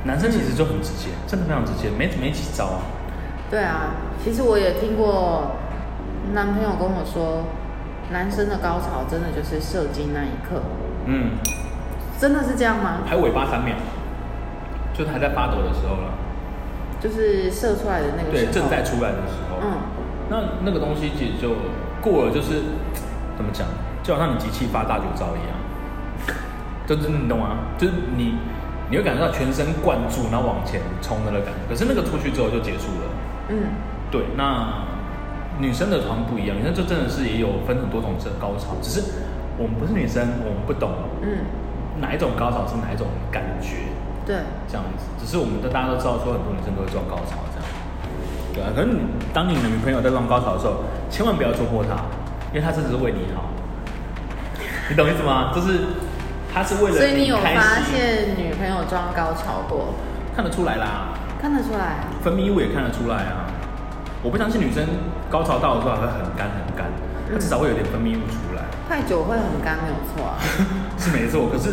Speaker 1: 男生其实就很直接，真的非常直接，没没几招啊。
Speaker 3: 对啊，其实我也听过男朋友跟我说，男生的高潮真的就是射精那一刻，
Speaker 1: 嗯，
Speaker 3: 真的是这样吗？
Speaker 1: 还有尾巴三秒，就是还在发抖的时候了，
Speaker 3: 就是射出来的那个时
Speaker 1: 对，
Speaker 3: 候，
Speaker 1: 正在出来的时候。
Speaker 3: 嗯，
Speaker 1: 那那个东西其实就过了，就是怎么讲，就好像你集气发大酒糟一样，就是你懂吗？就是你你会感觉到全身灌注，然后往前冲的那个感觉。可是那个出去之后就结束了。
Speaker 3: 嗯，
Speaker 1: 对，那女生的床不一样，女生就真的是也有分很多种这高潮，只是我们不是女生，我们不懂
Speaker 3: 嗯，
Speaker 1: 哪一种高潮是哪一种感觉
Speaker 3: 对，
Speaker 1: 这样子。只是我们都大家都知道说，很多女生都会撞高潮这样。对啊，可是你当你的女朋友在浪高潮的时候，千万不要戳破她，因为她这只是为你好，你懂意思吗？ 就是她是为了
Speaker 3: 所以你
Speaker 1: 你
Speaker 3: 有
Speaker 1: 开
Speaker 3: 发
Speaker 1: 心，
Speaker 3: 现女朋友装高潮过，
Speaker 1: 看得出来啦，
Speaker 3: 看得出来，
Speaker 1: 分泌物也看得出来啊。我不相信女生高潮到的时候还会很干很干，
Speaker 3: 嗯
Speaker 1: 她至少会有点分泌物出来，
Speaker 3: 快酒会很干，没有错 啊，
Speaker 1: 是没错。可是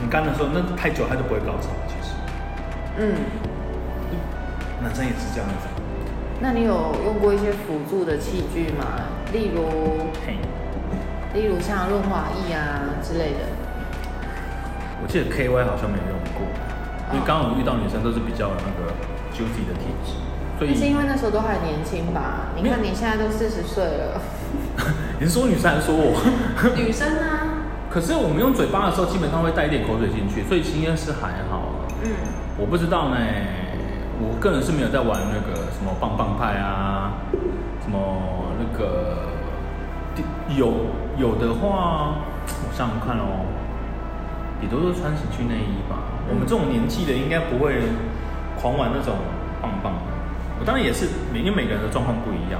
Speaker 1: 很干的时候，那太久她就不会高潮了。其实
Speaker 3: 嗯，
Speaker 1: 男生也是这样子，
Speaker 3: 那你有用过一些辅助的器具吗？例如，
Speaker 1: 嘿。
Speaker 3: 例如像润滑液啊之类的，
Speaker 1: 我记得 KY 好像没有用过，
Speaker 3: 哦
Speaker 1: 因为刚好我遇到女生都是比较那个 juicy 的体质，所以
Speaker 3: 那是因为那时候都还年轻吧？你看你现在都四十岁 了，
Speaker 1: 你是说女生还是说我？
Speaker 3: 女生啊，
Speaker 1: 可是我们用嘴巴的时候，基本上会带一点口水进去，所以应该是还好。啊
Speaker 3: 嗯，
Speaker 1: 我不知道呢，我个人是没有在玩那个什么棒棒派啊，什么那个有有的话，我想想看哦，也都是穿情趣内衣吧。我们这种年纪的应该不会狂玩那种棒棒。我当然也是，因为每个人的状况不一样。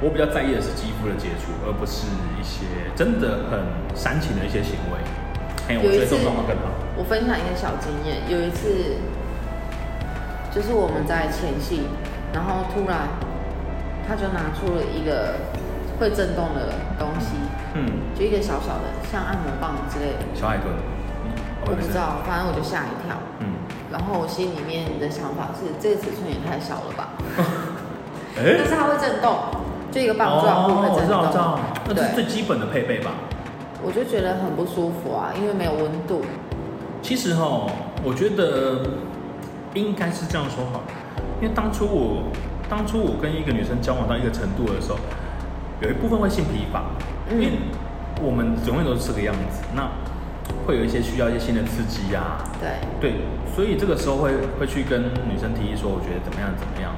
Speaker 1: 我比较在意的是肌肤的接触，而不是一些真的很煽情的一些行为。嘿，哎我
Speaker 3: 有
Speaker 1: 觉
Speaker 3: 一
Speaker 1: 得这
Speaker 3: 次
Speaker 1: 种状况更好。
Speaker 3: 我分享一个小经验，有一次就是我们在前戏，然后突然他就拿出了一个会震动的东西，
Speaker 1: 嗯，
Speaker 3: 就一个小小的像按摩棒之类的，
Speaker 1: 小海豚，嗯
Speaker 3: 我不知。道，反正我就吓一跳。
Speaker 1: 嗯，
Speaker 3: 然后我心里面的想法是，这个尺寸也太小了吧？
Speaker 1: 哎、
Speaker 3: 但是它会震动，就一个嗯棒状物会
Speaker 1: 哦，我
Speaker 3: 震
Speaker 1: 知道，我知
Speaker 3: 动
Speaker 1: 道，，那这是最
Speaker 3: 对，
Speaker 1: 基本的配备吧。
Speaker 3: 我就觉得很不舒服啊，因为没有温度。
Speaker 1: 其实哈，我觉得应该是这样说好了，因为当初我当初我跟一个女生交往到一个程度的时候，有一部分会性疲乏，
Speaker 3: 嗯
Speaker 1: 因为我们永远都是这个样子，那会有一些需要一些新的刺激呀、
Speaker 3: 对，
Speaker 1: 对，所以这个时候会会去跟女生提议说，我觉得怎么样怎么样，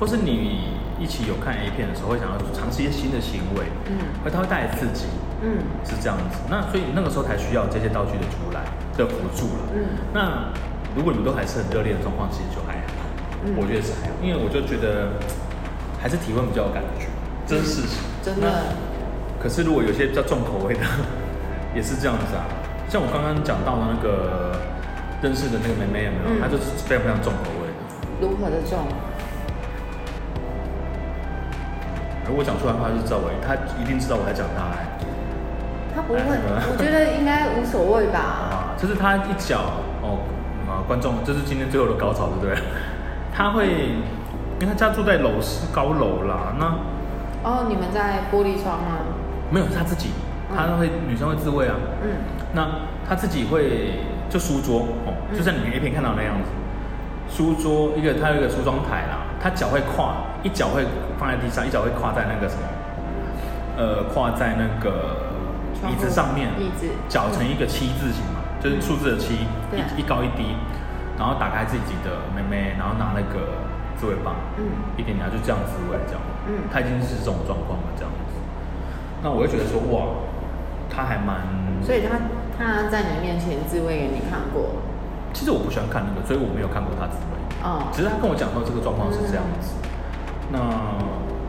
Speaker 1: 或是你一起有看 A 片的时候，会想要尝试一些新的行为，
Speaker 3: 嗯
Speaker 1: 会它会带来刺激，
Speaker 3: 嗯
Speaker 1: 是这样子。那所以那个时候才需要这些道具的出来的辅助了。
Speaker 3: 嗯
Speaker 1: 那如果你们都还是很热烈的状况，其实就还好，
Speaker 3: 嗯
Speaker 1: 我觉得是还好，因为我就觉得还是体温比较有感觉，这是事实。
Speaker 3: 真
Speaker 1: 那
Speaker 3: 的，
Speaker 1: 可是如果有些比较重口味的， 也是这样子啊。像我刚刚讲到的那个认识的那个妹妹有没有？
Speaker 3: 嗯
Speaker 1: 她就是非常非常重口味的。
Speaker 3: 如何的重？
Speaker 1: 如果讲出来的话，她就知道我，她一定知道我在讲她哎、
Speaker 3: 它不会，
Speaker 1: 哎那个
Speaker 3: 我觉得应该无所谓吧。
Speaker 1: 啊，就是她一脚哦啊，观众，这是今天最后的高潮，对不对？ 她会，因为她家住在楼是高楼啦，那
Speaker 3: 哦，你们在玻璃窗吗？
Speaker 1: 没有她自己，她会、女生会自慰啊。
Speaker 3: 嗯
Speaker 1: 那他自己会就书桌哦，
Speaker 3: 嗯
Speaker 1: 就像你们 A 片看到那样子，书桌一个他有一个梳妆台啦，他脚会跨，一脚会放在地上，一脚会跨在那个什么，呃，跨在那个
Speaker 3: 窗
Speaker 1: 椅
Speaker 3: 户
Speaker 1: 子上面，
Speaker 3: 椅子嗯
Speaker 1: 搅成一个七字形嘛，就是数字的七，
Speaker 3: 对
Speaker 1: 一一高一低，然后打开自己的妹妹，然后拿那个自慰棒，
Speaker 3: 嗯
Speaker 1: 一点点就这样自慰这样，
Speaker 3: 嗯
Speaker 1: 他已经是这种状况了这样子，那我就觉得说哇，他还蛮，
Speaker 3: 所以他他在你面前自慰给你看过，
Speaker 1: 其实我不喜欢看那个，所以我没有看过他自慰。
Speaker 3: 哦，
Speaker 1: 只是他跟我讲说这个状况是这样子，那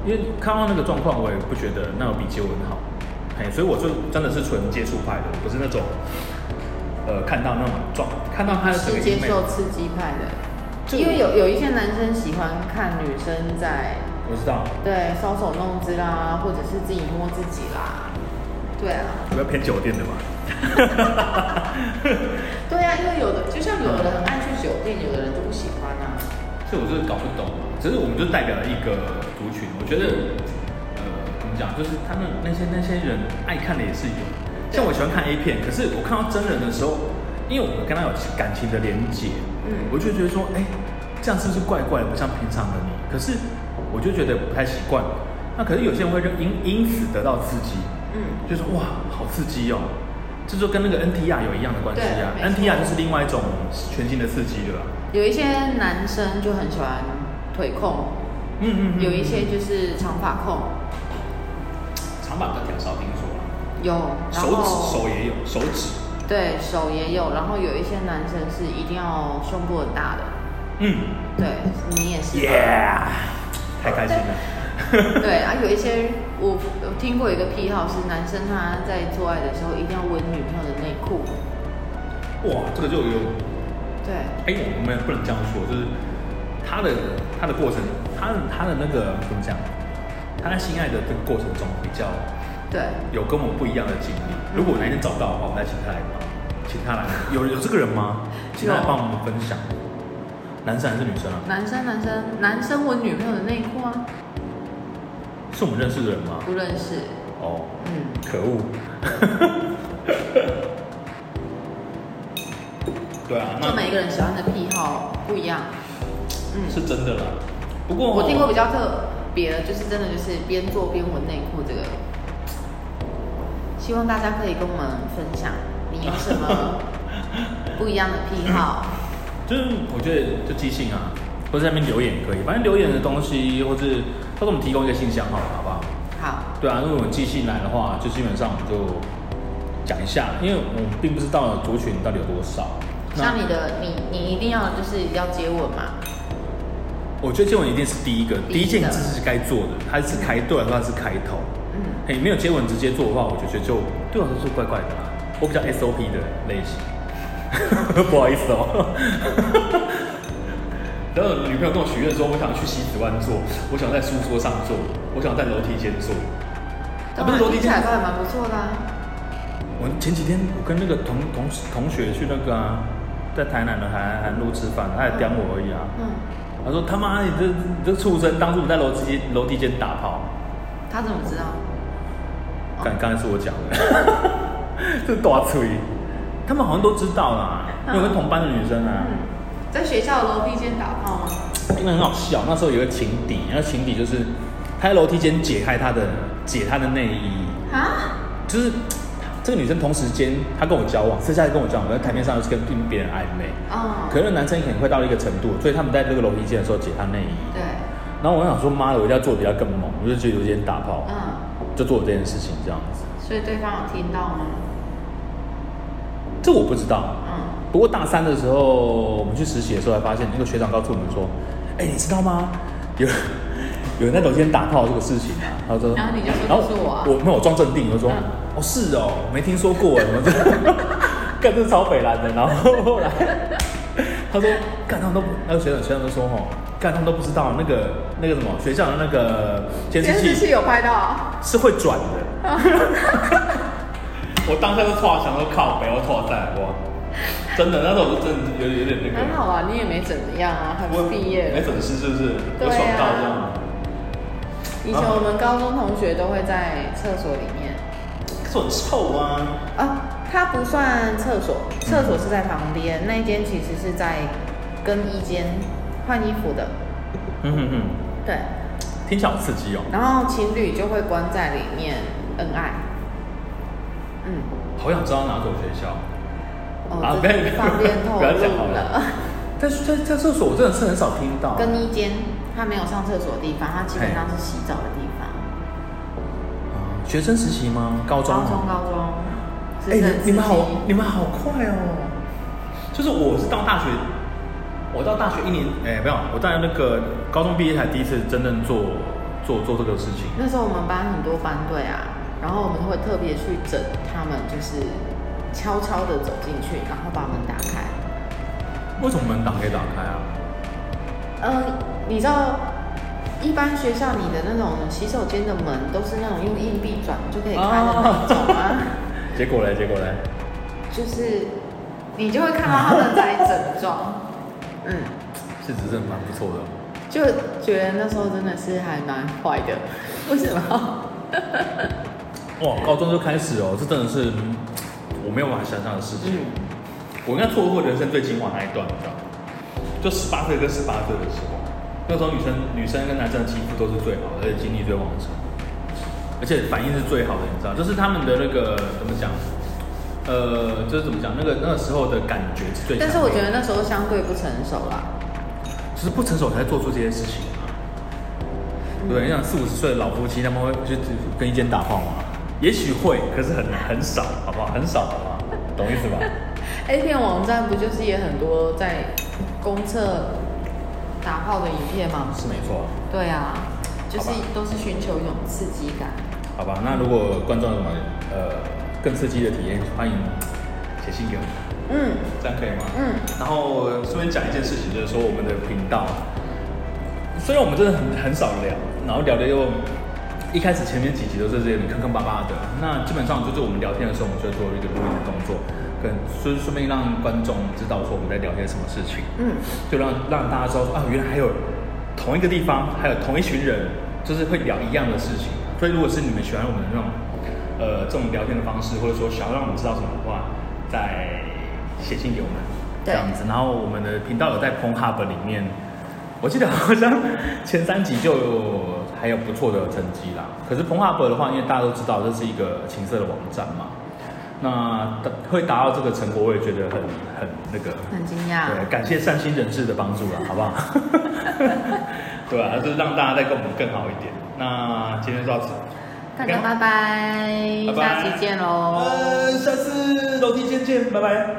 Speaker 1: 因为看到那个状况，我也不觉得那有比接吻好，哎，所以我就真的是纯接触派的，我不是那种呃看到那种状，看到他的整
Speaker 3: 是
Speaker 1: 个
Speaker 3: 接
Speaker 1: image
Speaker 3: 受刺激派的，
Speaker 1: 这
Speaker 3: 因为
Speaker 1: 我
Speaker 3: 有有一些男生喜欢看女生在
Speaker 1: 我知道，
Speaker 3: 对搔首弄姿啦，或者是自己摸自己啦，对啊，
Speaker 1: 不要偏酒店的嘛。
Speaker 3: 对啊，因为有的就像有的人很爱去酒店，有的人就不喜欢啊。
Speaker 1: 所以我就是搞不懂，只是我们就代表了一个族群。我觉得，呃，怎么讲，就是他们那些那些人爱看的也是有，像我喜欢看 A 片，可是我看到真人的时候，因为我跟他有感情的连结，
Speaker 3: 嗯
Speaker 1: 我就觉得说，哎、这样是不是怪怪的，不像平常的你？可是我就觉得不太习惯。那可是有些人会认因因此得到刺激，
Speaker 3: 嗯，
Speaker 1: 就是哇，好刺激哦！这就跟那个 NTR 有一样的关系啊
Speaker 2: 对没错
Speaker 1: ，NTR 就是另外一种全新的刺激，对啊吧？
Speaker 3: 有一些男生就很喜欢腿控，
Speaker 1: 嗯
Speaker 3: 有一些就是长发控，
Speaker 1: 长板比较少听说啊，
Speaker 3: 有，然
Speaker 1: 手指
Speaker 3: 后
Speaker 1: 手也有手指，
Speaker 3: 对手也有，然后有一些男生是一定要胸部很大的，
Speaker 1: 嗯
Speaker 3: 对你也是吧
Speaker 1: ，Yeah，太开心了，
Speaker 3: 对啊，有一些我我听过一个癖好是男生他在做爱的时候一定要闻女朋友的内裤，
Speaker 1: 哇，这个就有，
Speaker 3: 对，
Speaker 1: 哎、我们不能这样说，就是他的他的过程，他的他的那个怎么讲，他在性爱的这个过程中比较
Speaker 3: 对，
Speaker 1: 有跟我不一样的经历。
Speaker 3: 嗯
Speaker 1: 如果我哪一天找到的话，我再请他来帮，请他来，有有这个人 吗？请他来帮我们分享，男生还是女生啊？
Speaker 3: 男生男生男生闻女朋友的内裤啊，
Speaker 1: 是我们认识的人吗？
Speaker 3: 不认识，
Speaker 1: 哦，
Speaker 3: 嗯，
Speaker 1: 可恶。 对啊，
Speaker 3: 就
Speaker 1: 那
Speaker 3: 每一个人喜欢的癖好不一样，嗯，
Speaker 1: 是真的啦。不过
Speaker 3: 我听过比
Speaker 1: 较，
Speaker 3: 较特别的，就是真的就是边做边闻内裤这个，希望大家可以跟我们分享你有什 么不一样的癖好，
Speaker 1: 就是我觉得就即兴啊，或者在那边留言也可以，反正留言的东西，或是或者我们提供一个信箱好了，好不好？
Speaker 3: 好，
Speaker 1: 对啊，如果我们寄信来的话，就基本上我们就讲一下，因为我们并不知道族群到底有多少。
Speaker 3: 像你的你你一定要就是要接吻嘛。
Speaker 1: 我觉得接吻一定是第一个，第
Speaker 3: 第一
Speaker 1: 一件
Speaker 3: 个
Speaker 1: 事是该做的，它是开对我来说它是开头。
Speaker 3: 嗯，
Speaker 1: 哎、没有接吻直接做的话，我就觉得就对我来说是怪怪的啦。我比较 SOP 的类型， 不好意思 哦。然后女朋友跟我许愿说，我想去西子湾坐，我想在书桌上坐，我想在楼梯间坐。啊不是楼
Speaker 3: 听起
Speaker 1: 梯间
Speaker 3: 来都还蛮不错的、啊。
Speaker 1: 我前几天我跟那个同同同学去那个啊，在台南的海南路吃饭，他也刁我而已啊。
Speaker 3: 嗯，
Speaker 1: 他说他妈你这你这畜生，当初你在楼梯间楼梯间打炮，
Speaker 3: 他怎么知道？
Speaker 1: 刚刚才是我讲的， 这大吹，他们好像都知道啦，因为我跟同班的女生啊，
Speaker 3: 嗯，在学校的楼梯间打炮吗？
Speaker 1: 因为很好笑，那时候有个情敌，那情敌就是他在楼梯间解开她的解她的内衣，
Speaker 3: 啊？
Speaker 1: 就是这个女生同时间她跟我交往，私下跟我交往，在台面上就是跟跟别人暧昧，
Speaker 3: 哦，
Speaker 1: 可能男生可能会到一个程度，所以他们在这个楼梯间的时候解她内衣，
Speaker 3: 对，
Speaker 1: 然后我想说妈的，我一定要做的比较更猛，我就觉得有点打炮，
Speaker 3: 嗯，
Speaker 1: 就做了这件事情这样子，
Speaker 3: 所以对方有听到吗？
Speaker 1: 这我不知道，
Speaker 3: 嗯，
Speaker 1: 不过大三的时候，我们去实习的时候，才发现那个学长告诉我们说：“哎、你知道吗？有 有人在楼梯间打炮这个事情啊。”他说，
Speaker 3: 然后你就说
Speaker 1: 然后
Speaker 3: 不是我啊
Speaker 1: 我没有我装镇定，我说：“
Speaker 3: 嗯
Speaker 1: 哦，是哦，没听说过哎，我这 干这是超北蓝的。”然后后来 他说：“干他们都不那个学长学长就说哦，干他们都不知道那个那个什么学校的那个监视器
Speaker 3: 有拍到，
Speaker 1: 是会转的。 我当下就突然想说靠北，我突然在哇，真的，那时候我就真的有点有点那个，
Speaker 3: 很好啊，你也没怎么样啊，还不是
Speaker 1: 我
Speaker 3: 毕业了。
Speaker 1: 没粉丝是不是？
Speaker 3: 对啊
Speaker 1: 我爽到这样，
Speaker 3: 以前我们高中同学都会在厕所里面，
Speaker 1: 可是很臭啊。
Speaker 3: 啊，它不算厕所，厕所是在旁边，那一间其实是在更衣间换衣服的，
Speaker 1: 嗯哼哼，
Speaker 3: 对。
Speaker 1: 听起来好刺激哦，
Speaker 3: 然后情侣就会关在里面恩爱。嗯，
Speaker 1: 好想知道哪所学校。
Speaker 3: 哦，
Speaker 1: 啊
Speaker 3: 这
Speaker 1: 不要
Speaker 3: 不方便透
Speaker 1: 不要讲好
Speaker 3: 露
Speaker 1: 了
Speaker 3: 了。
Speaker 1: 但是在在厕所我真的是很少听 到，
Speaker 3: 更衣间，它没有上厕所的地方，它基本上是洗澡的地方。
Speaker 1: 啊学生实习吗？高中
Speaker 3: 高
Speaker 1: 吗？
Speaker 3: 中高中，是
Speaker 1: 哎、
Speaker 3: 政
Speaker 1: 你你们
Speaker 3: 治
Speaker 1: 好
Speaker 3: 系，
Speaker 1: 你们好快哦！就是我是到大学，我到大学一年，哎、没有，我在那个高中毕业才第一次真正做做做这个事情。
Speaker 3: 那时候我们班很多班队啊，然后我们会特别去整他们，就是悄悄的走进去，然后把门打开。
Speaker 1: 为什么门打可以打开啊？
Speaker 3: 嗯，你知道，一般学校你的那种洗手间的门都是那种用硬币转就可以开的那种啊，
Speaker 1: 哦结果嘞，结果嘞，
Speaker 3: 就是
Speaker 2: 你就会看到他们在整装。
Speaker 3: 嗯，
Speaker 1: 是只是蛮不错的。
Speaker 3: 就觉得那时候真的是还蛮坏的。为什么？
Speaker 1: 哇，高中就开始哦，这真的是嗯我没有办法想象的事情。
Speaker 3: 嗯，
Speaker 1: 我应该错过人生最精华那一段，你知道吗？就十八岁跟十八岁的时候，那时候女生女生跟男生的欺负都是最好的，而且精力最旺盛，而且反应是最好的，你知道，就是他们的那个怎么讲？呃，就是怎么讲？那个那个时候的感觉是最强烈的。
Speaker 3: 但是我觉得那时候相对不成熟啦。
Speaker 1: 就是不成熟才做出这些事情啊。对，你想四五十岁的老夫妻，他们会就就跟一间打炮吗？也许会，可是很很少，好不好？很少，好不好？懂意思吧？
Speaker 3: A 片网站不就是也很多在公厕打炮的影片吗？
Speaker 1: 是没错啊。
Speaker 3: 对啊，就是
Speaker 1: 好吧
Speaker 3: 都是寻求一种刺激感。
Speaker 1: 好吧，那如果观众有什么呃更刺激的体验，欢迎写信给我们，
Speaker 3: 嗯
Speaker 1: 这样可以吗？
Speaker 3: 嗯，
Speaker 1: 然后顺便讲一件事情，就是说我们的频道，虽然我们真的很很少聊，然后聊的又一开始前面几集都是这种坑坑巴巴的，那基本上就是我们聊天的时候，我们就会做一个录音的动作，跟顺顺便让观众知道说我们在聊些什么事情，
Speaker 3: 嗯，
Speaker 1: 就让让大家知道说啊，原来还有同一个地方，还有同一群人，就是会聊一样的事情。所以如果是你们喜欢我们的那种呃这种聊天的方式，或者说想要让我们知道什么的话，再写信给我们这
Speaker 3: 对
Speaker 1: 样子。然后我们的频道有在 p o n Hub 里面，我记得好像前三集就还有不错的成绩啦。可是 p o n Hub 的话，因为大家都知道这是一个情色的网站嘛。那达会达到这个成果，我也觉得很很那个，
Speaker 3: 很惊讶。
Speaker 1: 对，感谢善心人士的 帮助了，好不 好？对啊，就是让大家再跟我们更好一点。那今天就到此，
Speaker 3: 大家拜拜，
Speaker 1: 拜拜
Speaker 3: 下期见喽。
Speaker 1: 呃，下次楼梯间见，拜拜。